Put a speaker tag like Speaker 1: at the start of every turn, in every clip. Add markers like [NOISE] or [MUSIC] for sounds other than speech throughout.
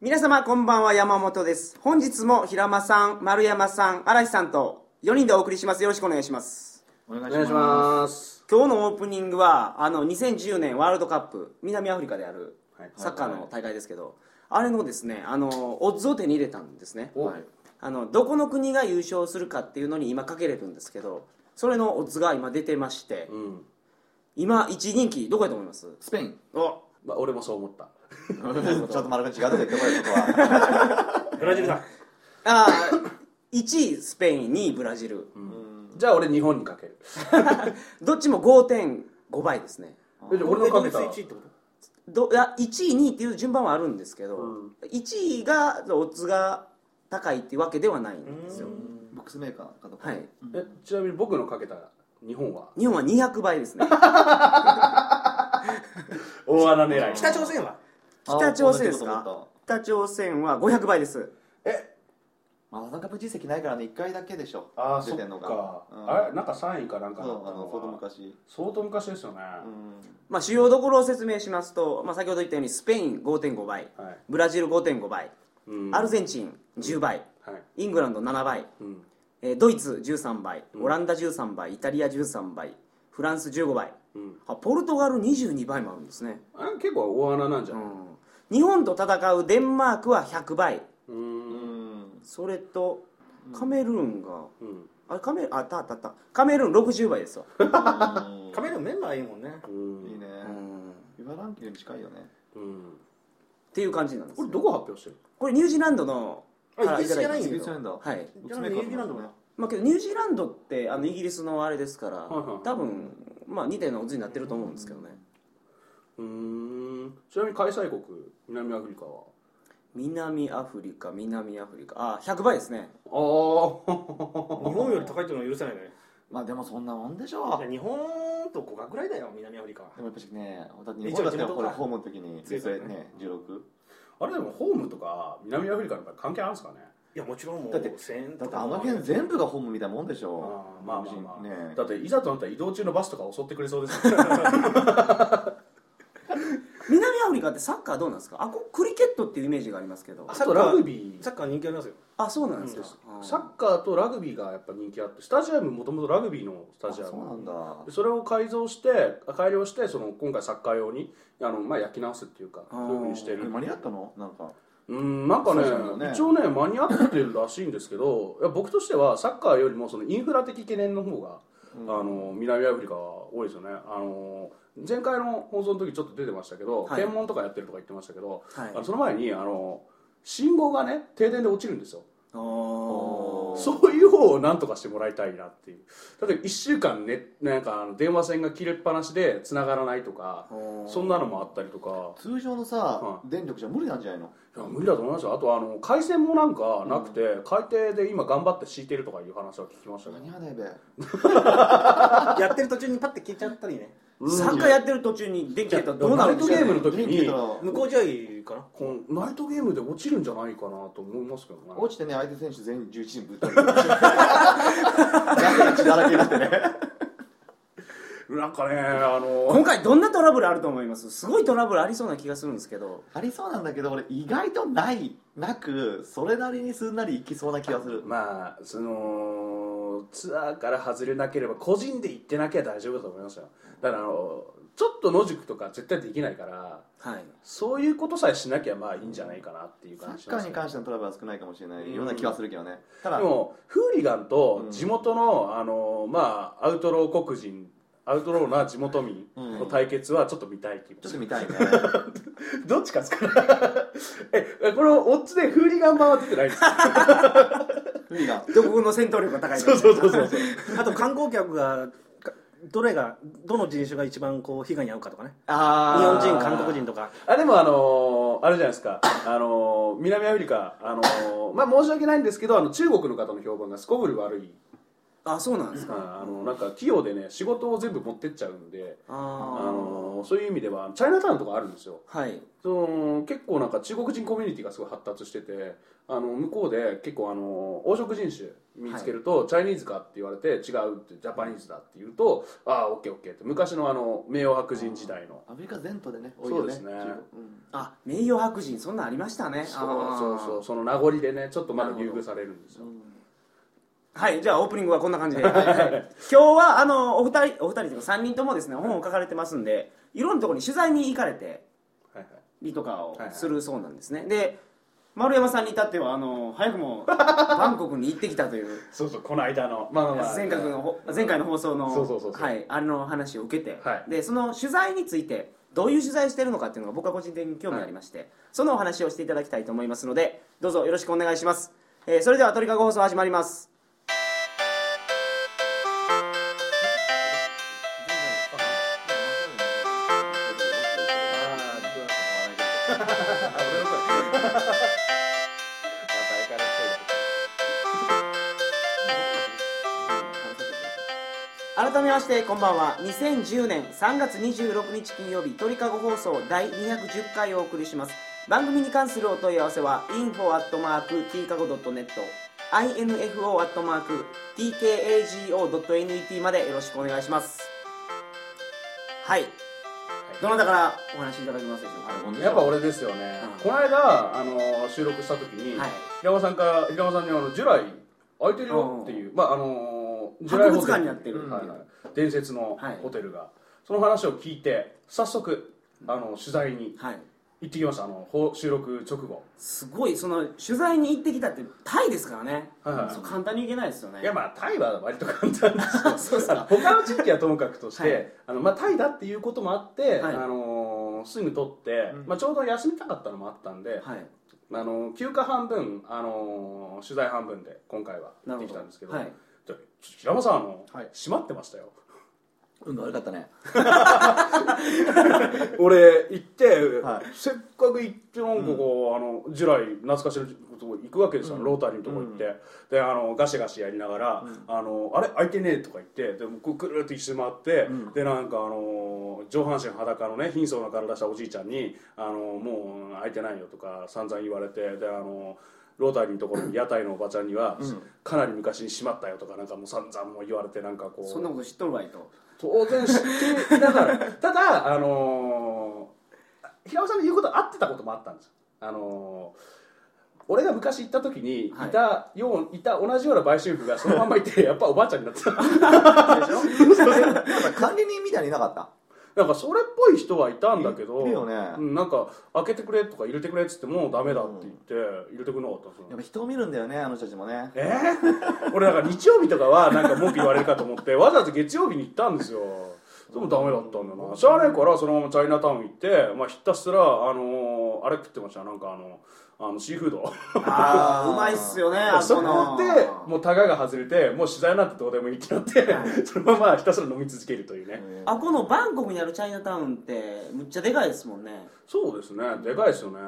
Speaker 1: 皆様こんばんは山本です本日も平間さん丸山さん嵐さんと4人でお送りしますよろしくお願いします
Speaker 2: お願
Speaker 3: お願いします
Speaker 1: 今日のオープニングはあの2010年ワールドカップ南アフリカである
Speaker 3: はい
Speaker 1: サッカーの大会ですけどあれのですねあのオッズを手に入れたんですね
Speaker 3: お
Speaker 2: はい
Speaker 1: あのどこの国が優勝するかっていうのに今かけれるんですけどそれのオッズが今出てまして
Speaker 3: うん
Speaker 1: 今1人気どこやと思います
Speaker 2: スペイン
Speaker 1: お
Speaker 3: まあ俺もそう思った
Speaker 4: [LAUGHS] ちょっと丸く違うと言ってこいここは
Speaker 5: ブラジルだ
Speaker 1: ああ1位スペイン2位ブラジル
Speaker 3: じゃあ俺日本にかける
Speaker 1: どっちも5.5倍ですね
Speaker 3: えじゃあ俺のかけた
Speaker 5: ド
Speaker 3: ら
Speaker 5: イツ1位ってこ
Speaker 1: どいや1位2位っていう順番はあるんですけど、
Speaker 3: うん
Speaker 1: 1位がオッズが高いっていうわけではないんですよ
Speaker 4: ボックスメーカーかとか、
Speaker 1: はい
Speaker 3: えちなみに僕のかけたら日本は
Speaker 1: 日本は200倍ですね
Speaker 3: 大穴狙
Speaker 5: と北朝鮮は
Speaker 4: あ
Speaker 1: 北朝鮮です
Speaker 4: 同じこと
Speaker 1: か
Speaker 4: 思っ
Speaker 1: 北朝鮮は500倍です
Speaker 4: たまあ、ワールドカップ実績ないからね1回だけでしょ
Speaker 3: ああ
Speaker 4: 出
Speaker 3: そって
Speaker 4: んのが
Speaker 3: か
Speaker 4: うん
Speaker 3: あれなんか3位かなん
Speaker 4: そ
Speaker 3: か
Speaker 4: うあ
Speaker 3: だったの
Speaker 4: の相当
Speaker 3: は
Speaker 4: 昔
Speaker 3: 相当昔ですよね
Speaker 4: うん
Speaker 1: まあ、主要どころを説明しますと、まあ、先ほど言ったようにスペイン5.5倍、
Speaker 3: はい
Speaker 1: ブラジル5.5倍、
Speaker 3: うん
Speaker 1: アルゼンチン10倍、
Speaker 3: はい
Speaker 1: イングランド7倍、
Speaker 3: うん
Speaker 1: えードイツ13倍、オランダ13倍イタリア13倍フランス15倍、
Speaker 3: うん
Speaker 1: あポルトガル22倍もあるんですね、
Speaker 3: あ結構大穴なんじゃ
Speaker 1: う
Speaker 3: ない
Speaker 1: ん、日本と戦うデンマークは100倍
Speaker 3: うん
Speaker 4: うん
Speaker 1: それとカメルーンが
Speaker 3: うん
Speaker 1: あれカメルーンああったあったあったカメルーン60倍ですわ、
Speaker 5: カメルーンメンバーいいもんね
Speaker 3: う
Speaker 4: いい
Speaker 3: ん
Speaker 4: ね
Speaker 1: うんっ
Speaker 4: 岩ランキングに近いよね
Speaker 3: うん
Speaker 1: ていう感じなんです
Speaker 3: こ
Speaker 1: よ
Speaker 3: れどこ発表してる
Speaker 1: これニュージーランドの
Speaker 5: あイギリスじゃない
Speaker 1: か
Speaker 5: ん
Speaker 1: らただてま
Speaker 4: イギ
Speaker 5: だ
Speaker 4: リス
Speaker 1: す
Speaker 4: なんだ
Speaker 1: はい
Speaker 4: ボックスメーカーだもんね
Speaker 1: まあ、けどニュージーランドってあのイギリスのあれですから、
Speaker 3: いはい
Speaker 1: 多分、まあ、似たようなオズになってると思うんですけどね、
Speaker 3: うんちなみに開催国南アフリカは
Speaker 1: 南アフリカ南アフリカあ100倍ですね
Speaker 3: ああ
Speaker 5: [LAUGHS] 日本より高いっていうのは許せないね
Speaker 4: まあでもそんなもんでし
Speaker 5: い
Speaker 4: ょ
Speaker 5: や
Speaker 4: で
Speaker 5: 日本と互角ぐらいだよ南アフリカは
Speaker 4: もやっぱしねだって日本だって
Speaker 5: 一応地元か
Speaker 4: ほらホームの時に
Speaker 5: 強
Speaker 4: 絶
Speaker 5: いから
Speaker 4: 対
Speaker 5: ね
Speaker 4: ね16
Speaker 3: あれでもホームとか南アフリカとか関係あるんですかね
Speaker 5: いやもちろんもう
Speaker 4: だってだ
Speaker 5: 1000と
Speaker 4: って
Speaker 5: か
Speaker 4: あの辺全部がホームみたいなもんでし
Speaker 3: あ
Speaker 4: ょ
Speaker 3: ーまあまあまあ、
Speaker 4: ね
Speaker 3: だっていざとなったら移動中のバスとか襲ってくれそう
Speaker 4: [LAUGHS]
Speaker 3: ですよね
Speaker 1: 南アフリカってサッカーどうなんですかあこクリケットっていうイメージがありますけど
Speaker 5: あ
Speaker 3: あとラグビ
Speaker 5: サ
Speaker 3: ー
Speaker 5: ッカー人気ありますよ
Speaker 1: あそうなんですか、あー
Speaker 3: サッカーとラグビーがやっぱ人気あってスタジアムもともとラグビーのスタ
Speaker 4: あ
Speaker 3: ジア
Speaker 4: そうな
Speaker 3: ム
Speaker 4: んだ
Speaker 3: でそれを改造して改良してその今回サッカー用にあの、まあ、焼き直すっていうか
Speaker 1: あ
Speaker 3: そう
Speaker 1: ー
Speaker 3: いうふうにして
Speaker 4: え
Speaker 3: る
Speaker 4: 間に合ったのなんか
Speaker 3: うんなんかね
Speaker 4: スタジアムもね
Speaker 3: 一応ね間に合ってるらしいんですけどいや僕としてはサッカーよりもそのインフラ的懸念の方が
Speaker 4: うん
Speaker 3: あの南アフリカは多いですよねあの前回の放送の時ちょっと出てましたけど、
Speaker 1: はい
Speaker 3: 検問とかやってるとか言ってましたけど、
Speaker 1: はい
Speaker 3: あのその前にあの信号がね停電で落ちるんですよ
Speaker 1: あー
Speaker 3: そういう方をなんとかしてもらいたいなっていう例えば1週間ねなんかあの電話線が切れっぱなしで繋がらないとか
Speaker 1: おー
Speaker 3: そんなのもあったりとか
Speaker 4: 通常のさ電力じゃ無理なんじゃないの
Speaker 3: いや無理だと思いますよあとあの回線もなんかなくて、海底で今頑張って敷いてるとかいう話は聞きました
Speaker 4: 間に
Speaker 3: ね
Speaker 4: 合わないべ
Speaker 5: やってる途中にパッて消えちゃったりね
Speaker 1: サッカーやってる途中に電気やったらどうなるんでしょう、
Speaker 3: ナイト
Speaker 1: ね
Speaker 3: ゲームの時
Speaker 4: 電気消え
Speaker 3: に
Speaker 4: たら
Speaker 5: 向こう試合かな
Speaker 3: このナイトゲームで落ちるんじゃないかなと思いますけどね
Speaker 4: 落ちてね相手選手全員11人ぶっ飛んでる [LAUGHS] 血だらけになってね [LAUGHS]
Speaker 3: なんかねあの
Speaker 1: 今回どんなトラブルあると思いますすごいトラブルありそうな気がするんですけど
Speaker 4: ありそうなんだけど俺意外とないなくそれなりにすんなりいきそうな気がする
Speaker 3: [LAUGHS] まあそのツアーから外れなければ個人で行ってなきゃ大丈夫だと思いますよだからあのちょっと野宿とか絶対できないから
Speaker 1: はい
Speaker 3: そういうことさえしなきゃまあいいんじゃないかなっていう
Speaker 4: サ
Speaker 3: 感じ
Speaker 4: ッカーに関
Speaker 3: し
Speaker 4: してのトラブルは少ないかもしれないような気がするけどねただ
Speaker 3: でもフーリガンと地元の、あのまあアウトロー黒人アウトローな地元民の対決はちょっと見たい気持
Speaker 4: ちょ
Speaker 3: ち
Speaker 4: っと見
Speaker 3: [LAUGHS]
Speaker 4: たいね
Speaker 3: どっちかですか [LAUGHS] えこのオッズでフーリガン版は出てないんですか
Speaker 4: フリが
Speaker 1: どこの戦闘力が高いのか
Speaker 3: [LAUGHS] そうそうそうそうそう
Speaker 5: [LAUGHS] あと観光客がかどれがどの人種が一番こう被害に遭うかとかね
Speaker 4: あ
Speaker 5: 日本人韓国人とか
Speaker 3: あでもあのーあれじゃないですか、あのー南アフリカ、あのーまあ、申し訳ないんですけどあの中国の方の評判がすこぶる悪い
Speaker 1: あそうなんですか、
Speaker 3: ああのなんか器用でね仕事を全部持ってっちゃうんであ
Speaker 1: あ
Speaker 3: のそういう意味ではチャイナタウンとかあるんですよ
Speaker 1: あはい
Speaker 3: その結構なんか中国人コミュニティがすごい発達しててあの向こうで結構あの黄色人種見つけると、チャイニーズかって言われて違うってジャパニーズだって言うとああオッケーオッケーって昔のあの明王白人時代の
Speaker 4: アメリカ全土でね多いよね
Speaker 3: そうですね
Speaker 4: 中国うん
Speaker 1: あ名誉白人そんなんありましたね
Speaker 3: そう
Speaker 1: あー
Speaker 3: そうそうその名残でねちょっとまだ優遇されるんですよ
Speaker 1: はいじゃあオープニングはこんな感じで、はい今日はあのお二人お二人というか3人ともですね本を書かれてますんでいろんなところに取材に行かれて
Speaker 3: はいはい
Speaker 1: りとかを
Speaker 3: はいはい
Speaker 1: するそうなんですね、で丸山さんに至ってはあの早くもバンコクに行ってきたという
Speaker 3: そうそうこの間のまあまあまあ
Speaker 1: 前回のほ前回の放送の
Speaker 3: そうそうそうそう
Speaker 1: はい、あれの話を受けて、
Speaker 3: はい
Speaker 1: でその取材についてどういう取材してるのかっていうのが僕は個人的に興味がありまして、そのお話をしていただきたいと思いますのでどうぞよろしくお願いします、えーそれでは鳥かご放送始まります [LAUGHS] 改めましてこんばんは2010年3月26日金曜日鳥かご放送第210回をお送りします番組に関するお問い合わせは info.tkago.net info.tkago.net までよろしくお願いしますはいどなたからお話しいただけますでしょう
Speaker 3: やっぱ俺ですよね、
Speaker 1: うん
Speaker 3: この間あの収録した時に、
Speaker 1: はい
Speaker 3: 平間さんから平間さんにあの「ジュライ空いてるよ」っていう、まああのジュライ
Speaker 1: 博物
Speaker 3: ホテル
Speaker 1: 館になってるっていう
Speaker 3: はいはい伝説の
Speaker 1: はい
Speaker 3: ホテルが、その話を聞いて早速あの取材に
Speaker 1: かはい
Speaker 3: 行ってきましたあのほ収録直後、
Speaker 1: すごいその取材に行ってきたってタイですからね、
Speaker 3: はいはい
Speaker 1: そう簡単に行けないですよね
Speaker 3: いやまあタイは割と簡単ですけど
Speaker 1: [LAUGHS] そうですか
Speaker 3: あの他の地域はともかくとして、
Speaker 1: はい
Speaker 3: あのまあ、タイだっていうこともあって、
Speaker 1: はい
Speaker 3: あのーすぐ取って、まあ、ちょうど休みたかったのもあったんで、
Speaker 1: はい
Speaker 3: あの休暇半分、あのー取材半分で今回は行ってきたんですけど
Speaker 1: なるほ
Speaker 3: じゃあちょ平間さんあの、
Speaker 4: はい
Speaker 3: 閉まってましたよ
Speaker 4: 運が悪かった [LAUGHS] ね
Speaker 3: 俺行って、
Speaker 4: はい
Speaker 3: せっかく行ってなんかこう、あの従来懐かしのとこ行くわけですよ、ロータリーのとこ行って、であのガシガシやりながら「あのあれ開いてねえ」とか言ってでもこうぐるっと一周回って、でなんかあの上半身裸のね貧相な体したおじいちゃんに「あのもう開いてないよ」とか散々言われてであのロータリーのところに屋台のおばちゃんには、かなり昔に閉まったよとかなんかもう散々もう言われてなんかこう
Speaker 1: どそんなこと知っとるわいと
Speaker 3: 当然知っていながらただあのー平尾さんの言うこと合ってたこともあったんですよあのー俺が昔行った時にい
Speaker 1: はい
Speaker 3: たよう、い、た同じような売春婦がそのまま
Speaker 4: [LAUGHS]
Speaker 3: いてやっぱおばあちゃんになってた
Speaker 4: なんか管理人みたいにいなかった
Speaker 3: なんかそれっぽい人はいたんだけど
Speaker 4: いるよね
Speaker 3: うんなんか開けてくれとか入れてくれっつってもうダメだって言って入れてくれなかったんですよ
Speaker 4: やっぱ人を見るんだよねあの人たちもね
Speaker 3: え [LAUGHS] ー、俺なんか日曜日とかはなんか文句言われるかと思ってわざわざ月曜日に行ったんですよでもダメだったんだなしゃあないからそのままチャイナタウン行って、まあ、ひたすら、あのーあれ食ってましたなんかあのあのシーフード
Speaker 1: ああうまいっすよねあ
Speaker 3: そ
Speaker 1: そ
Speaker 3: こ
Speaker 1: の
Speaker 3: でもうタガが外れてもう取材なんてどうでもいいってなってそのままひたすら飲み続けるというね、
Speaker 1: あこのバンコクにあるチャイナタウンってむっちゃでかいですもんね
Speaker 3: そうですねでかいですよね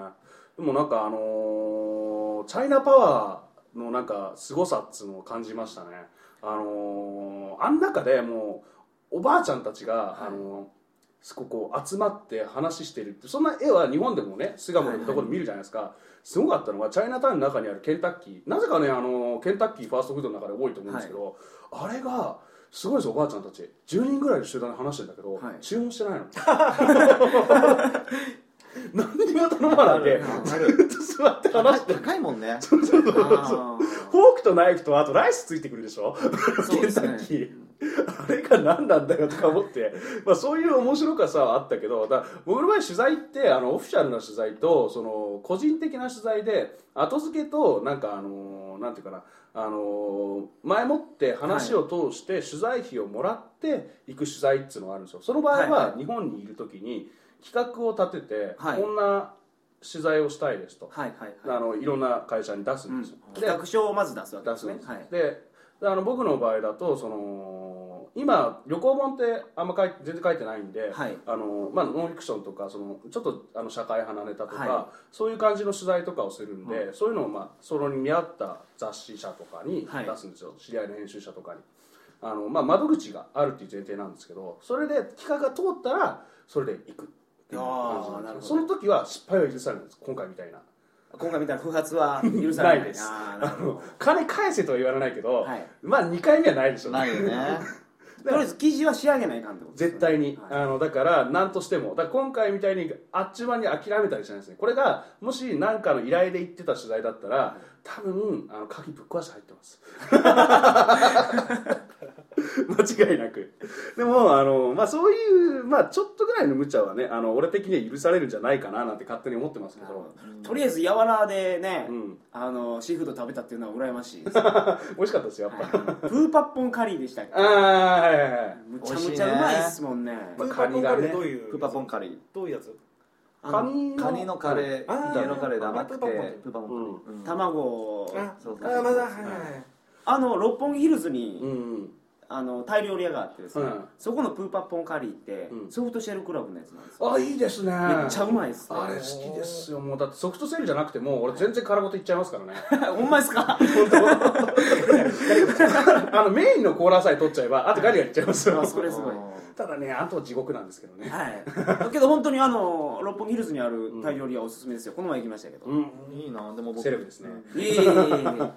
Speaker 3: でもなんかあのーチャイナパワーのなんかすごさっつうのを感じましたねあのーあん中でもうおばあちゃんたちが、あのーすごくこう集まって話してるってそんな絵は日本でもね巣鴨のところで見るじゃないですか、すごかったのがチャイナタウンの中にあるケンタッキーなぜかねあのーケンタッキーファーストフードの中で多いと思うんですけど、あれがすごいですよおばあちゃんたち10人ぐらいの集団で話してるんだけど、
Speaker 1: はい
Speaker 3: 注文してないの何にも頼まないで [LAUGHS] ずっと座って話してる
Speaker 4: 高いもんね
Speaker 1: あー
Speaker 3: フォークとナイフとあとライスついてくるでしょ
Speaker 1: そうですね
Speaker 3: ケンタッキーあれが何なんだよとか思って、 [LAUGHS] まあ、そういう面白かさはあったけどだ僕の場合取材ってあのオフィシャルな取材とその個人的な取材で後付けとなんかあのなんていうかなあの前もって話を通して取材費をもらって行く取材っていうのがあるんですよその場合
Speaker 1: はい
Speaker 3: は
Speaker 1: は
Speaker 3: 日本にいる時に企画を立てて、
Speaker 1: はい
Speaker 3: こんな取材をしたいですと、
Speaker 1: はいはいは
Speaker 3: あのいろんな会社に出す
Speaker 1: い、うんん
Speaker 3: ですよ、で
Speaker 1: 企画書をまず出すわけ
Speaker 3: 出
Speaker 1: ですす
Speaker 3: ん
Speaker 1: ね
Speaker 3: です、
Speaker 1: はい
Speaker 3: であの僕の場合だとその今旅行本ってあんま書い全然書いてないんで、
Speaker 1: はい
Speaker 3: あのまあ、ノンフィクションとかそのちょっとあの社会派なネタとか、
Speaker 1: は
Speaker 3: そういう感じの取材とかをするんで、そういうのを、まあ、それに見合った雑誌社とかに
Speaker 1: はい
Speaker 3: 出すんですよ、知り合いの編集者とかに。あの、まあ、窓口があるっていう前提なんですけどそれで企画が通ったらそれで行くっていう感じ
Speaker 1: あー
Speaker 3: な
Speaker 1: なんるほ
Speaker 3: です
Speaker 1: ど
Speaker 3: その時は失敗は許されるんです今回みたいな
Speaker 1: 今回みたいな不発は許されない
Speaker 3: ないです
Speaker 1: あーなる
Speaker 3: あ
Speaker 1: ほ
Speaker 3: の
Speaker 1: ど
Speaker 3: 金返せとは言われないけど、
Speaker 1: はい
Speaker 3: まあ2回目はないでしょうね
Speaker 4: ないよ
Speaker 3: [LAUGHS]
Speaker 4: ね
Speaker 1: とりあえず記事は仕上げないかんってことですね
Speaker 3: 絶対に、
Speaker 1: はい
Speaker 3: あのだから何としてもだから今回みたいにあっちまに諦めたりしないですねこれがもし何かの依頼で行ってた取材だったら多分あの鍵ぶっ壊して入ってます [LAUGHS] 間違いなくでもあの、まあ、そういう、まあ、ちょっとぐらいの無茶はねあの俺的には許されるんじゃないかななんて勝手に思ってますけ
Speaker 1: なるほ
Speaker 3: ど、
Speaker 1: どとりあえず柔らでね、
Speaker 3: うん、
Speaker 1: あのシーフード食べたっていうのは羨ましいです、はい
Speaker 3: 美味しかったですよやっぱ、
Speaker 1: プーパッポンカリーでしたっけ
Speaker 3: ああはいはいはい
Speaker 1: むちゃむちゃうまいっすもんね
Speaker 5: プ
Speaker 3: 美味しいね
Speaker 5: ーパ
Speaker 3: まあカ
Speaker 5: ポンカレー
Speaker 3: ニがね
Speaker 5: どういう
Speaker 4: プーパポンカリー
Speaker 5: どういうやつ
Speaker 1: あの
Speaker 4: カニのカレ
Speaker 5: あ
Speaker 4: ー
Speaker 5: ー
Speaker 4: 家のカレーで甘くて
Speaker 5: あー
Speaker 4: プーパポンカリーうん
Speaker 1: 卵を
Speaker 5: あ
Speaker 4: そうそう
Speaker 5: あまだはいはい
Speaker 1: あの六本木ヒルズに、
Speaker 3: うん
Speaker 1: あのタイ料理屋があってですね、
Speaker 3: うん
Speaker 1: そこのプーパッポンカリーって、
Speaker 3: うん
Speaker 1: ソフトシェルクラブのやつなんですよ
Speaker 3: あいいですね
Speaker 1: めっちゃうまいっすね
Speaker 3: あれ好きですよもうだってソフトセールじゃなくてもう俺全然殻ごといっちゃいますからね [LAUGHS]
Speaker 1: ほんまですか
Speaker 3: あのメインのコーラーさえ取っちゃえばあとガリガリいっちゃいますよ
Speaker 1: あそれすごい
Speaker 3: ただねあとは地獄なんですけどね
Speaker 1: はいだけど本当にあの六本木ヒルズにあるタイ料理屋おすすめですよこの前行きましたけど、
Speaker 3: うん
Speaker 4: いいなでも僕
Speaker 3: セレブですね
Speaker 1: いえいえいえいえ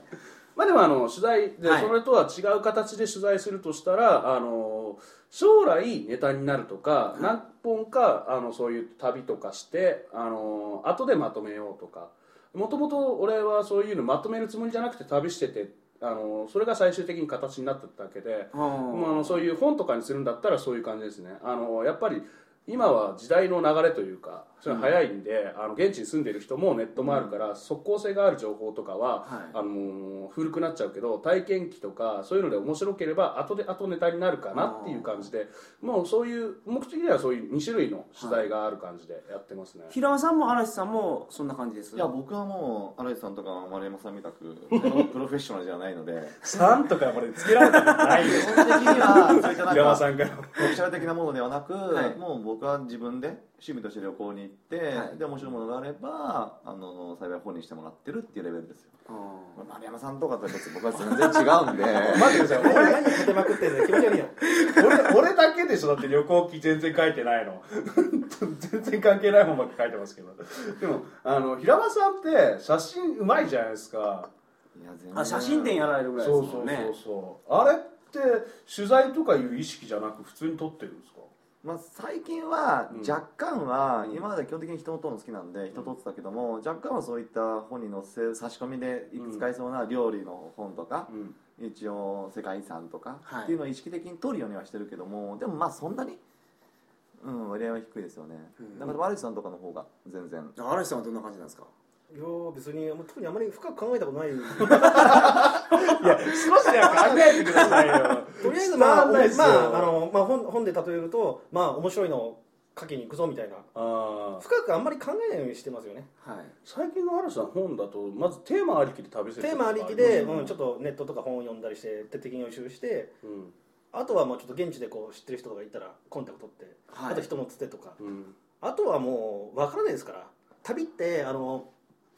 Speaker 3: まあでもあの取材で
Speaker 1: はい
Speaker 3: それとは違う形で取材するとしたらあの将来ネタになるとか何本かあのそういう旅とかしてあの後でまとめようとかもともと俺はそういうのまとめるつもりじゃなくて旅しててあのそれが最終的に形になっただけでもうあのそういう本とかにするんだったらそういう感じですねあのやっぱり今は時代の流れというかそれが早いんで、あの現地に住んでる人もネットもあるから、即効性がある情報とかは、
Speaker 1: はい
Speaker 3: あの古くなっちゃうけど体験記とかそういうので面白ければ後で後ネタになるかなっていう感じでもうそういう目的ではそういう2種類の取材がある感じでやってますね、
Speaker 1: 平尾さんも嵐さんもそんな感じです
Speaker 4: いや僕はもう新井さんとか丸山さんみたくプロプロフェッショナルじゃないので
Speaker 3: 3とかまでつけられたことない [LAUGHS]
Speaker 4: 基本的にはそういったなんか
Speaker 3: んから
Speaker 4: 読者的なものではなく、
Speaker 1: はい
Speaker 4: もう僕は自分で趣味として旅行に行って、
Speaker 1: はい
Speaker 4: で面白いものがあればあの幸い本にしてもらってるっていうレベルですよ
Speaker 1: あー
Speaker 4: 丸山さんとかとはちょっと僕は全然違うんで
Speaker 3: 待ってください俺
Speaker 5: 何立てまくってんだよ気持ち悪いよ
Speaker 3: 俺俺だけでしょだって旅行記全然書いてないの全然関係ないもんばっか書いてますけどでもあの平場さんって写真うまいじゃないですか
Speaker 4: いや全然
Speaker 1: あ写真展やられるぐらいです
Speaker 3: そう
Speaker 1: も
Speaker 3: そ
Speaker 1: ん
Speaker 3: う
Speaker 1: ね
Speaker 3: そうそうあれって取材とかいう意識じゃなく普通に撮ってるんですか
Speaker 4: まあ、最近は
Speaker 3: うん
Speaker 4: 若干は、
Speaker 3: うん
Speaker 4: 今まで基本的に人を撮るの好きなんで人撮ってたけども、若干はそういった本に載せ差し込みでいくつかいそうな料理の本とか、
Speaker 3: うん
Speaker 4: 一応世界遺産とか
Speaker 1: はい
Speaker 4: っていうのを意識的に取るようにはしてるけども、でもまあそんなに、うん、割合は低いですよね、
Speaker 1: うん
Speaker 4: だからマルチさんとかの方が全然
Speaker 1: じゃあ嵐さんはどんな感じなんですか
Speaker 5: いやー別に特にあまり深く考えたこと [LAUGHS] ないよ
Speaker 3: 少しでは考えてくださいよ
Speaker 5: とりあえずま
Speaker 3: 伝わ
Speaker 5: あ、お
Speaker 3: ん
Speaker 5: ま
Speaker 3: な
Speaker 5: あ
Speaker 3: いっすよ
Speaker 5: あのまあ、本本で例えるとまあ面白いのを書きに行くぞみたいな
Speaker 3: あー
Speaker 5: 深くあんまり考えないようにしてますよね
Speaker 1: はい
Speaker 3: 最近のあるさん本だとまずテーマありきで旅せる
Speaker 5: テーマありきで、うん、ちょっとネットとか本を読んだりして徹底的に予習して
Speaker 3: うん
Speaker 5: あとはもうちょっと現地でこう知ってる人とかいたらコンタクト取って、
Speaker 1: はい
Speaker 5: あと人のつてとか
Speaker 3: うん
Speaker 5: あとはもう分からないですから旅ってあの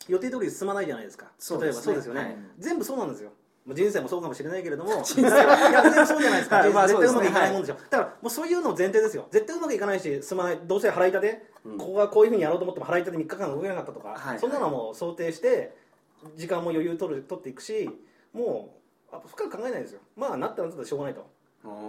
Speaker 5: 予定通り進まないじゃないですか
Speaker 1: そう
Speaker 5: 例え
Speaker 1: で
Speaker 5: ば
Speaker 1: すね
Speaker 5: そうですよね、
Speaker 1: はい
Speaker 5: 全部そうなんですよまあ人生もそうかもしれないけれども [LAUGHS] いや全部そうじゃないですか、
Speaker 1: はいまあ
Speaker 5: 絶対う
Speaker 1: そ
Speaker 5: ま
Speaker 1: うですね
Speaker 5: くいかないもんですよ、だからもうそういうの前提ですよ絶対うまくいかないし進まないどうせ腹板で、
Speaker 3: うん
Speaker 5: ここがこういうふうにやろうと思っても腹板で3日間動けなかったとか、
Speaker 1: はい
Speaker 5: そんなのはもう想定して時間も余裕取る取っていくしもうあ深く考えないですよまあなったらなったらしょうがないと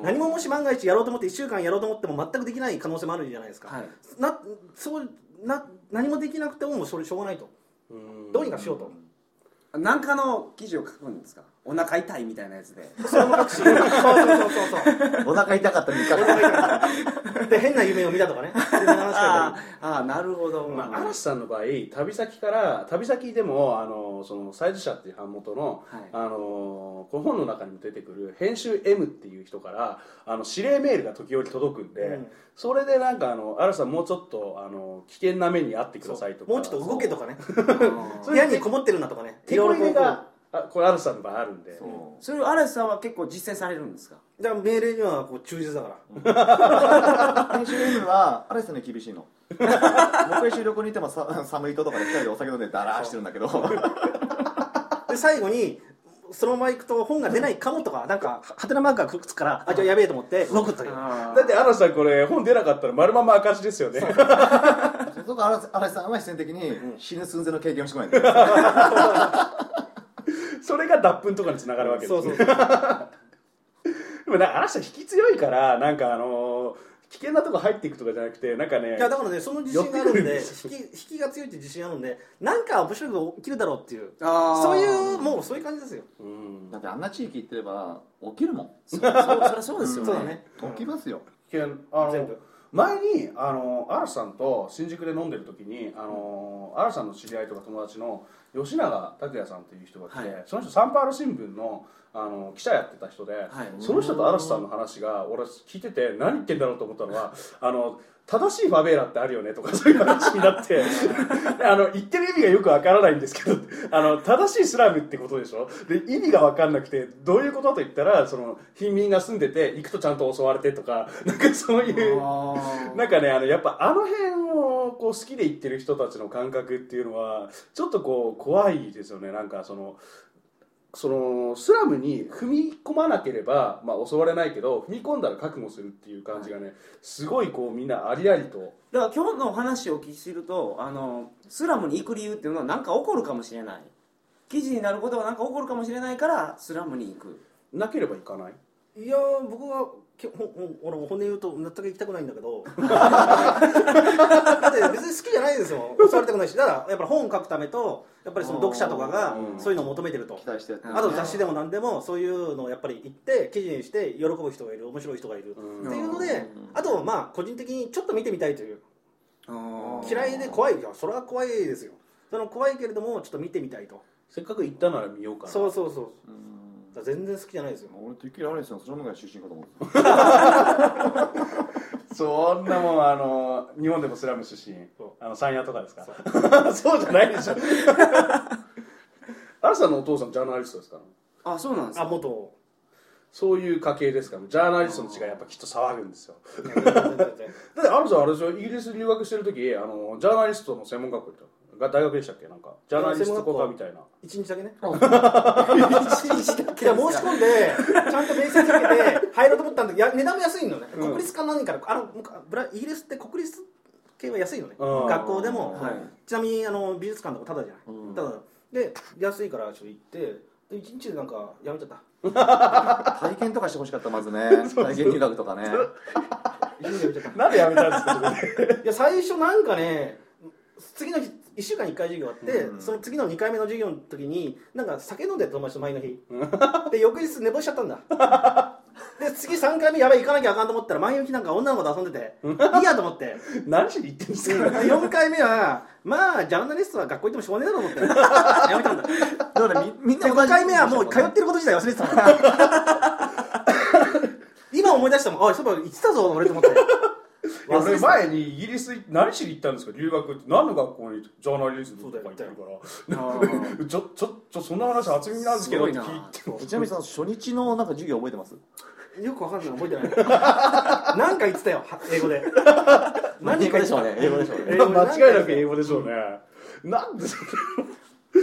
Speaker 5: 何ももし万が一やろうと思って1週間やろうと思っても全くできない可能性もあるじゃないですか、
Speaker 1: はい
Speaker 5: なそうな何もできなくてももうそれしょうがないと
Speaker 3: うん
Speaker 5: どうにかしようと、
Speaker 1: 何かの記事を書くんですかお腹痛いみたいなやつで
Speaker 5: それも隠しそうそうそうそ
Speaker 4: お腹痛かった3日間
Speaker 5: [LAUGHS] うで変な夢を見たとかねそういう話
Speaker 1: あ
Speaker 5: が
Speaker 1: ーあーなるほど、
Speaker 3: まあ、嵐さんの場合旅先から旅先でもあのその歳児社っていう版元の,、
Speaker 1: はい
Speaker 3: あのこの本の中にも出てくる編集 M っていう人からあの指令メールが時折届くんで、
Speaker 5: うん
Speaker 3: それでなんかあの嵐さんもうちょっとあの危険な目に遭ってくださいとか
Speaker 5: もうちょっと動けとかね
Speaker 1: あ
Speaker 5: 部屋にこもってるんだとかね
Speaker 3: 手こ
Speaker 5: い
Speaker 3: 入
Speaker 5: ろ
Speaker 3: れ
Speaker 5: いろこう
Speaker 3: があこれ嵐さんの場合あるんで
Speaker 4: [LAUGHS] そ
Speaker 1: ーそれを嵐さんは結構実践されるんですか
Speaker 5: だから命令にはこう忠実だから
Speaker 4: う編集ゲームは荒井さんに厳しいの僕一緒に旅行に行ってもさ寒い人とかで2人でお酒飲んでダラーしてるんだけど
Speaker 5: で最後にそのまま行くと本が出ないかもとかなんかはてなマークがくっつくからあじゃあやべえと思って動くという
Speaker 3: だって嵐さんこれ本出なかったら丸まま赤字ですよね [LAUGHS]
Speaker 4: そこから荒井さんは必然的に死ぬ寸前の経験をしてこないん
Speaker 3: それが脱粉とかにつながるわけです
Speaker 5: そ
Speaker 3: ね
Speaker 5: うそうそう
Speaker 3: でもなんか嵐さん引き強いからなんかあのー危険なとこ入っていくとかじゃなくてなんかね
Speaker 5: いやだからねその自信があるん
Speaker 3: 寄ってくるんで
Speaker 5: で引き引きが強いって自信あるんでなんか面白いこと起きるだろうっていう
Speaker 1: あー
Speaker 5: そういうもうそういう感じですよ
Speaker 3: うん
Speaker 4: [LAUGHS] だってあんな地域行ってれば起きるもん
Speaker 1: そうそうそりゃそうですよね
Speaker 5: そうだね
Speaker 4: 起きますよ、
Speaker 3: 危険あ
Speaker 5: 全
Speaker 3: の
Speaker 5: 部
Speaker 3: 前にあの嵐さんと新宿で飲んでる時にあの嵐さんの知り合いとか友達の吉永拓也さんという人が来て、
Speaker 1: はい
Speaker 3: その人サンパウロ新聞のあの記者やってた人で、
Speaker 1: い
Speaker 3: その人と嵐さんの話が俺聞いてて何言ってんだろうと思ったのはあの正しいファベーラってあるよねとか [LAUGHS] そういう話になってあの言ってる意味がよくわからないんですけどあの正しいスラムってことでしょで意味がわかんなくてどういうことだと言ったらその貧民が住んでて行くとちゃんと襲われてとか [LAUGHS] なんかそういうなんかねあのやっぱあの辺をこう好きで行ってる人たちの感覚っていうのはちょっとこう怖いですよねなんかそのそのスラムに踏み込まなければ、まあ、襲われないけど踏み込んだら覚悟するっていう感じがね、すごいこうみんなありありと
Speaker 1: だから今日のお話をお聞きするとあのスラムに行く理由っていうのは何か起こるかもしれない記事になることが何か起こるかもしれないからスラムに行く
Speaker 3: なければいかない
Speaker 5: いやー僕はきほほ俺も骨言うと全く行きたくないんだ
Speaker 3: [LAUGHS]
Speaker 5: けどだって別に好きじゃないですよ襲われたくないしだからやっぱり本を書くためとやっぱりその読者とかが
Speaker 3: うん
Speaker 5: そういうのを求めてると
Speaker 4: 期待してやってる
Speaker 5: あと雑誌でも何でもそういうのをやっぱり行って記事にして喜ぶ人がいる面白い人がいる
Speaker 3: うん
Speaker 5: っていうので
Speaker 4: うん
Speaker 5: あとまあ個人的にちょっと見てみたいという嫌いで怖いいやそれは怖いですよその怖いけれどもちょっと見てみたいと
Speaker 3: せっかく行ったなら見ようかな
Speaker 5: そうそうそう
Speaker 4: うん
Speaker 5: だから全然好きじゃないですよ
Speaker 4: 俺てっきり荒井さんスラム街出身かと思って
Speaker 3: そんなもんあの日本でもスラム出身
Speaker 5: そ
Speaker 3: あの山谷とかですか [LAUGHS] そうじゃないでしょ [LAUGHS] アラさんのお父さんジャーナリストですから
Speaker 1: あそうなんです
Speaker 5: あ
Speaker 1: か
Speaker 5: 元
Speaker 3: そういう家系ですからジャーナリストの血がやっぱきっと騒ぐんですよ [LAUGHS]
Speaker 5: いや全然全然
Speaker 3: だってアラさんあれでしょイギリス留学してる時あのジャーナリストの専門学校行ったが大学でしたっけなんかジャーナリスト国家みたいな
Speaker 5: 一日だけね
Speaker 1: 日だ
Speaker 5: いや申し込んでちゃんと面接受けて入ろうと思ったんだけどいや値段も安いのね、
Speaker 3: うん
Speaker 5: 国立か何からあのむかブライギリスって国立系は安いのね
Speaker 3: うん
Speaker 5: 学校でも、
Speaker 1: はい
Speaker 5: ちなみにあの美術館とかただじゃない、
Speaker 4: うん
Speaker 5: ただで安いからちょっと行ってで一日でなんかやめちゃった
Speaker 4: 体験とかしてほしかった [LAUGHS] まずね体験入学とかね
Speaker 5: 一日でやめちゃっ
Speaker 3: なんでやめたんですかそれ
Speaker 5: たいや最初なんかね次の日1週間に1回授業あって、
Speaker 4: うん
Speaker 5: その次の2回目の授業の時になんか酒飲んでた友達と前の日で翌日寝坊しちゃったんだで次3回目やばい行かなきゃあかんと思ったら前の日なんか女の子と遊んでていいやと思って
Speaker 3: [LAUGHS] 何しに行ってんですか
Speaker 5: 4回目はまあジャーナリストは学校行ってもしょうがねえだろうと思ってやめたんだ
Speaker 4: だから [LAUGHS] みみんな
Speaker 5: で5回目はもう通ってること自体忘れてたもん今思い出したもんあそういえば行ってたぞ俺と思って
Speaker 3: いや俺前にイギリス何しに行ったんですか留学って何の学校にジャーナリズムとか行ってるから [LAUGHS] ちょちょちょそんな話厚みなんですけどって聞いて
Speaker 4: [LAUGHS]
Speaker 3: も
Speaker 4: ちなみにその初日のなんか授業覚えてます
Speaker 5: よくわかんない覚えてないなんか言ってたよは英語で
Speaker 4: 英語でしょうね英語でしょうね
Speaker 5: 英語で
Speaker 3: 間違いなく英語でしょうねなんでそれ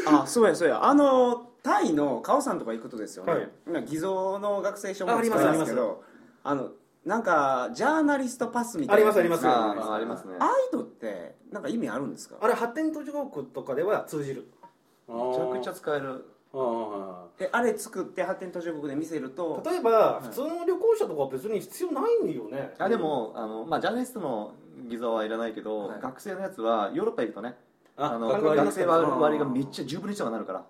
Speaker 1: あそうやそうやあのタイのカオさんとか行くとですよね、
Speaker 5: はい
Speaker 1: 今偽造の学生証
Speaker 5: あ
Speaker 1: も
Speaker 5: あり
Speaker 1: 使
Speaker 5: ます
Speaker 1: うんですけどあのなんかジャーナリストパスみたいな
Speaker 5: ありますあります
Speaker 1: やつ
Speaker 4: ああありますね
Speaker 1: ああいうのってなんか意味あるんですか
Speaker 5: あれ発展途上国とかでは通じる
Speaker 4: めちゃくちゃ使える
Speaker 3: あ
Speaker 1: えあれ作って発展途上国で見せると
Speaker 5: 例えば普通の旅行者とかは別に必要ないよね
Speaker 4: あでもあの、まあ、ジャーナリストの偽造はいらないけど、
Speaker 1: はい
Speaker 4: 学生のやつはヨーロッパ行くとね
Speaker 3: あ
Speaker 4: あの
Speaker 5: 学割
Speaker 4: 学生割割がめっちゃ10分の1とかなるから、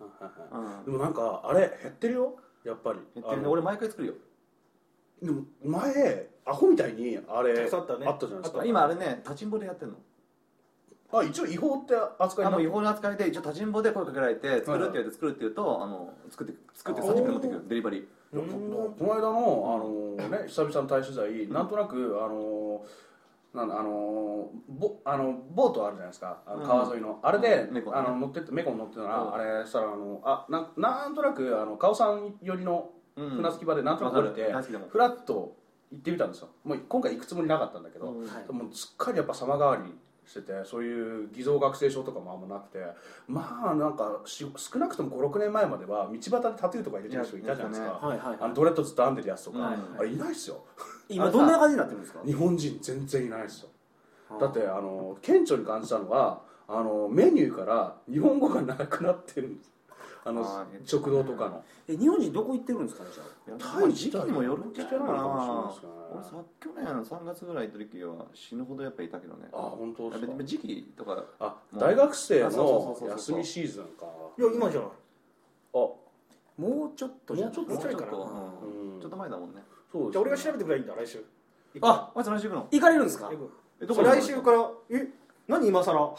Speaker 3: あ
Speaker 4: うん
Speaker 3: でもなんかあれ減ってるよやっぱり
Speaker 4: 減ってる
Speaker 3: あ
Speaker 4: ね
Speaker 3: の
Speaker 4: 俺毎回作るよ
Speaker 3: でも前アホみたいにあれ
Speaker 5: たくさんあったね
Speaker 3: じゃないです
Speaker 5: あ
Speaker 3: か
Speaker 4: 今あれね立ちんぼでやってんの
Speaker 3: あ一応違法って扱い
Speaker 4: あ
Speaker 3: にな
Speaker 4: の違
Speaker 3: っ
Speaker 4: 法な扱いで一応立ちんぼで声かけられて作るって言われて作るって言うとあの作って作って30分で持ってくるデリバリー
Speaker 3: いやここの間のあの、ね、久々の大取材なんとなくあのなんだあのボあのボートあるじゃないですかあの
Speaker 4: うん
Speaker 3: 川沿いの、あれで、
Speaker 4: うん猫
Speaker 3: あ
Speaker 4: のね
Speaker 3: の乗ってってメコン乗ってたら、
Speaker 4: うん
Speaker 3: あれしたらあのあななんとなくあのカオさん寄りの
Speaker 4: うん
Speaker 3: 船着き場でなんとなく降りて、
Speaker 4: わかる大好きだもん
Speaker 3: フラッと行ってみたんですよもう今回行くつもりなかったんだけど、
Speaker 4: うん
Speaker 3: もうすっかりやっぱ様変わりしててそういう偽造学生証とかもあんまなくてまあなんかし少なくとも56年前までは道端でタトゥーとか入れてる人いたじゃないです
Speaker 4: いや
Speaker 3: か
Speaker 4: い、
Speaker 1: はいはい
Speaker 3: あのドレッドずっと編んでるやつとか、
Speaker 1: はいはい
Speaker 3: あれいないっすよ
Speaker 1: 今どんな感じになってるんですか
Speaker 3: 日本人全然いないですよだってあの顕著に感じたのはあのメニューから日本語がなくなってるんですあの
Speaker 4: あー
Speaker 3: 食堂とかの
Speaker 1: え日本人どこ行ってるんですかねじゃあ
Speaker 4: いや
Speaker 3: タ
Speaker 4: ま
Speaker 3: イ
Speaker 4: あ時期にもよるんじゃないかな
Speaker 3: 来てないのかもしれないですね
Speaker 4: 俺さ去年3月ぐらいの時は死ぬほどやっぱいたけどね
Speaker 3: あ本当ですか
Speaker 4: 別に時期とか
Speaker 3: あ
Speaker 4: もう
Speaker 3: 大学生
Speaker 4: あそうそうそうそ
Speaker 3: の
Speaker 4: う
Speaker 3: 休
Speaker 4: そう
Speaker 3: みシーズンか
Speaker 5: いや今じゃない
Speaker 3: あ
Speaker 1: もうちょっとじゃない
Speaker 5: もうちょっと
Speaker 4: ちょっと、
Speaker 3: う
Speaker 4: うん
Speaker 3: ん
Speaker 4: ちょっと前だもんね
Speaker 3: そうですね
Speaker 5: じゃあ俺が調べてくればいいんだ来週
Speaker 1: あ
Speaker 4: あいつ来週行くの
Speaker 1: 行かれるんですか
Speaker 5: 行く
Speaker 4: え
Speaker 5: そう来週からえ何今更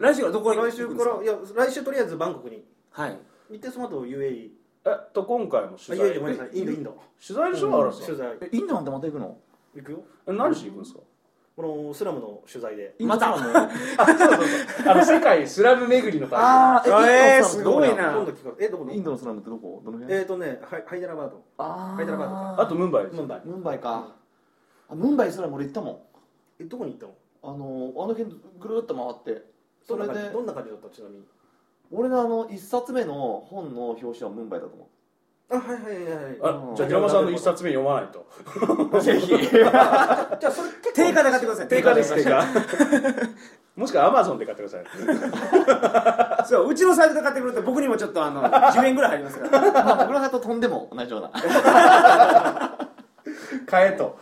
Speaker 1: 来週からどこへ行くん
Speaker 5: 来
Speaker 1: です
Speaker 5: 週からいや来週とりあえずバンコクに
Speaker 1: はい
Speaker 5: 行ってその後 UAE
Speaker 3: えっと今回も
Speaker 5: あ
Speaker 3: 取
Speaker 5: UAE
Speaker 3: 材
Speaker 5: ごめんなさいインドインド
Speaker 3: 取材でしょあらさ
Speaker 5: 取材
Speaker 4: えインドなんてまた行くの
Speaker 5: 行くよ
Speaker 3: え何しに行くんですか
Speaker 5: このスラムの取材で
Speaker 4: インドツアーもあ
Speaker 3: あの世界スラム巡りの旅
Speaker 4: あー
Speaker 1: えー
Speaker 4: インドのスラム
Speaker 1: すごい
Speaker 4: ってどこだ
Speaker 1: な
Speaker 5: 今度聞くえどこの
Speaker 4: インドのスラムってどこどの辺
Speaker 5: えっとねハイハイデラバード
Speaker 4: あー
Speaker 5: ハイデラバードか
Speaker 3: あとムンバイです
Speaker 5: ムンバイ
Speaker 4: ムンバイかあムンバイすらも俺行ったもん
Speaker 5: えどこに行ったの
Speaker 4: あのあの辺ぐるっと回ってそ
Speaker 5: どん
Speaker 4: れ
Speaker 5: な感じ
Speaker 4: で
Speaker 5: どんな感じだったちなみに
Speaker 4: 俺のあの一冊目の本の表紙はムンバイだと思
Speaker 5: あはいはいはいはい
Speaker 3: あじゃあ平間さんの一冊目読まないと
Speaker 4: うぜひ
Speaker 5: じゃあそれ結構
Speaker 1: 定価で買ってください
Speaker 3: 定価です定 [LAUGHS] 価もしくはアマゾンで買ってください
Speaker 1: そううちのサイトで買ってくると僕にもちょっとあの10円ぐらい入りますから
Speaker 4: まあ僕らと飛んでも同じような
Speaker 3: 買えと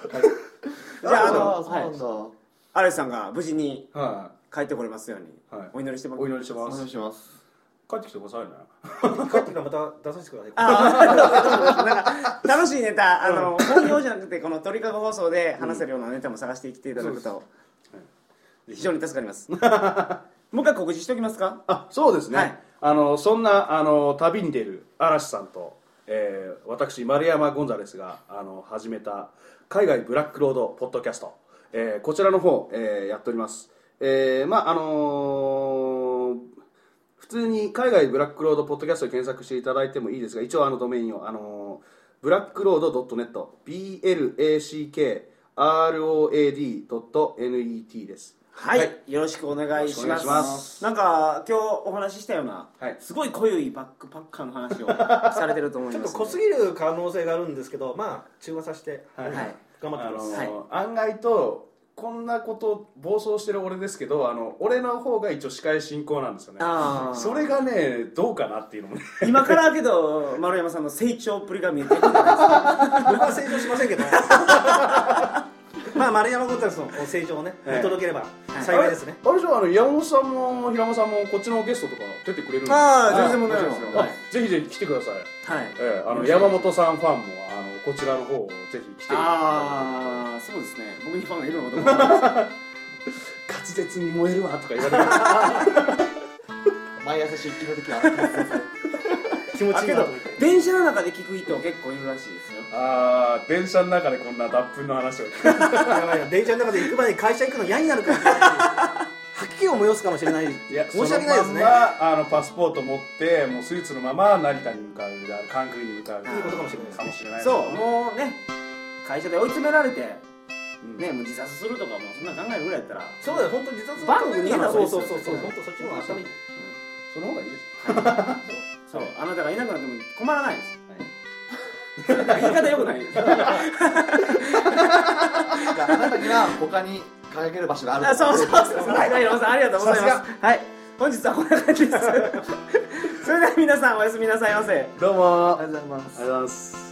Speaker 1: じゃああ
Speaker 4: ー
Speaker 1: の
Speaker 4: そうな
Speaker 1: はい
Speaker 4: んだ、
Speaker 1: 荒井さんが無事に
Speaker 3: は
Speaker 1: 帰ってこれますように
Speaker 3: いはい
Speaker 1: お祈りしてま
Speaker 3: お祈りして
Speaker 4: お
Speaker 3: ま
Speaker 4: 願
Speaker 3: す
Speaker 4: いします
Speaker 3: 帰ってきてくださいね
Speaker 5: 帰ってからまた出させてください
Speaker 1: あー [LAUGHS] なんか楽しいネタあの本業じゃなくてこの鳥かご放送で話せるようなネタも探してきていただくと非常に助かりますもう一回告知しておきますか
Speaker 3: あそうですね、
Speaker 1: はい
Speaker 3: あのそんなあの旅に出る嵐さんと、えー私丸山ゴンザレスがあの始めた海外ブラックロードポッドキャスト、えーこちらの方、えーやっております、えーまああのー普通に海外ブラックロードポッドキャストで検索していただいてもいいですが一応あのドメインをあのーブラックロード .net blackraod.net です
Speaker 1: はい、
Speaker 3: はい
Speaker 1: よろしくお願いします
Speaker 3: よろしくお願いします
Speaker 1: なんか今日お話ししたような、
Speaker 3: はい
Speaker 1: すごい濃いバックパッカーの話をされてると思い
Speaker 5: ちょ
Speaker 1: ま
Speaker 5: っ
Speaker 1: す
Speaker 5: と濃すぎる可能性があるんですけどまあ中和させて
Speaker 3: はい
Speaker 1: はい
Speaker 5: 頑張って
Speaker 3: あ
Speaker 5: ください
Speaker 3: の
Speaker 1: はい
Speaker 3: 案外とこんなこと暴走してる俺ですけどあの俺の方が一応司会進行なんですよね
Speaker 1: あー
Speaker 3: それがねどうかなっていうのもね
Speaker 1: 今からけど丸山さんの成長っぷりが見えてくるんじゃないですか
Speaker 5: 僕は成長しませんけど [LAUGHS] まあ丸山ゴンザレスの成長をね
Speaker 3: はい
Speaker 5: 見届ければ幸いですね
Speaker 3: あれあれじゃああの山本さんも平間さんもこっちのゲストとか出てくれるんです
Speaker 1: ああ
Speaker 3: はい
Speaker 1: 全然問題ないですよ
Speaker 3: あぜひぜひ来てください、
Speaker 1: はい
Speaker 3: ええあの山本さんファンもあのこちらの方をぜひ来ていただいて
Speaker 1: ああそうですね僕にファンがいるのかと思います
Speaker 3: 滑舌に燃えるわとか言われる
Speaker 4: 毎朝出勤の時は
Speaker 5: 気持ちいいな
Speaker 1: あ
Speaker 5: と思って
Speaker 1: けど電車の中で聞く人結構いるらしいですよ
Speaker 3: ああ電車の中でこんな脱粉の話を聞く
Speaker 5: やばいな電車の中で行く前に会社行くの嫌になるから [LAUGHS] 吐き気を催すかもしれない
Speaker 3: いや
Speaker 5: 申し訳ないです
Speaker 3: その
Speaker 5: ね
Speaker 3: まんまあのパスポート持ってもうスーツのまま成田に向かうあの関空に向か
Speaker 1: い
Speaker 3: う
Speaker 1: いこと
Speaker 5: かもしれないですね
Speaker 3: かもしれないです
Speaker 1: そ
Speaker 3: ね
Speaker 1: うもうね会社で追い詰められて、
Speaker 3: うん
Speaker 1: ねもう自殺するとかもうそんな考えるぐらいやったら
Speaker 5: そうだよ本当自殺
Speaker 1: バンに逃げた方がいいう
Speaker 5: そ
Speaker 1: です
Speaker 5: そ
Speaker 1: よ
Speaker 5: うそうそう本当そっちの方が頭いい
Speaker 3: その方がいいです
Speaker 1: [LAUGHS] そうあなたがいなくなっても困らないです言い方よくない
Speaker 4: あなたには他に輝ける場所がある
Speaker 1: あそうそうそうそうはい大郎さんありがとうございま
Speaker 3: さ
Speaker 1: すはい本日はこんな感じですそれでは皆さんおやすみなさいませ
Speaker 3: どうもあ
Speaker 4: あ
Speaker 3: りが
Speaker 4: りがとうございます
Speaker 3: とうございます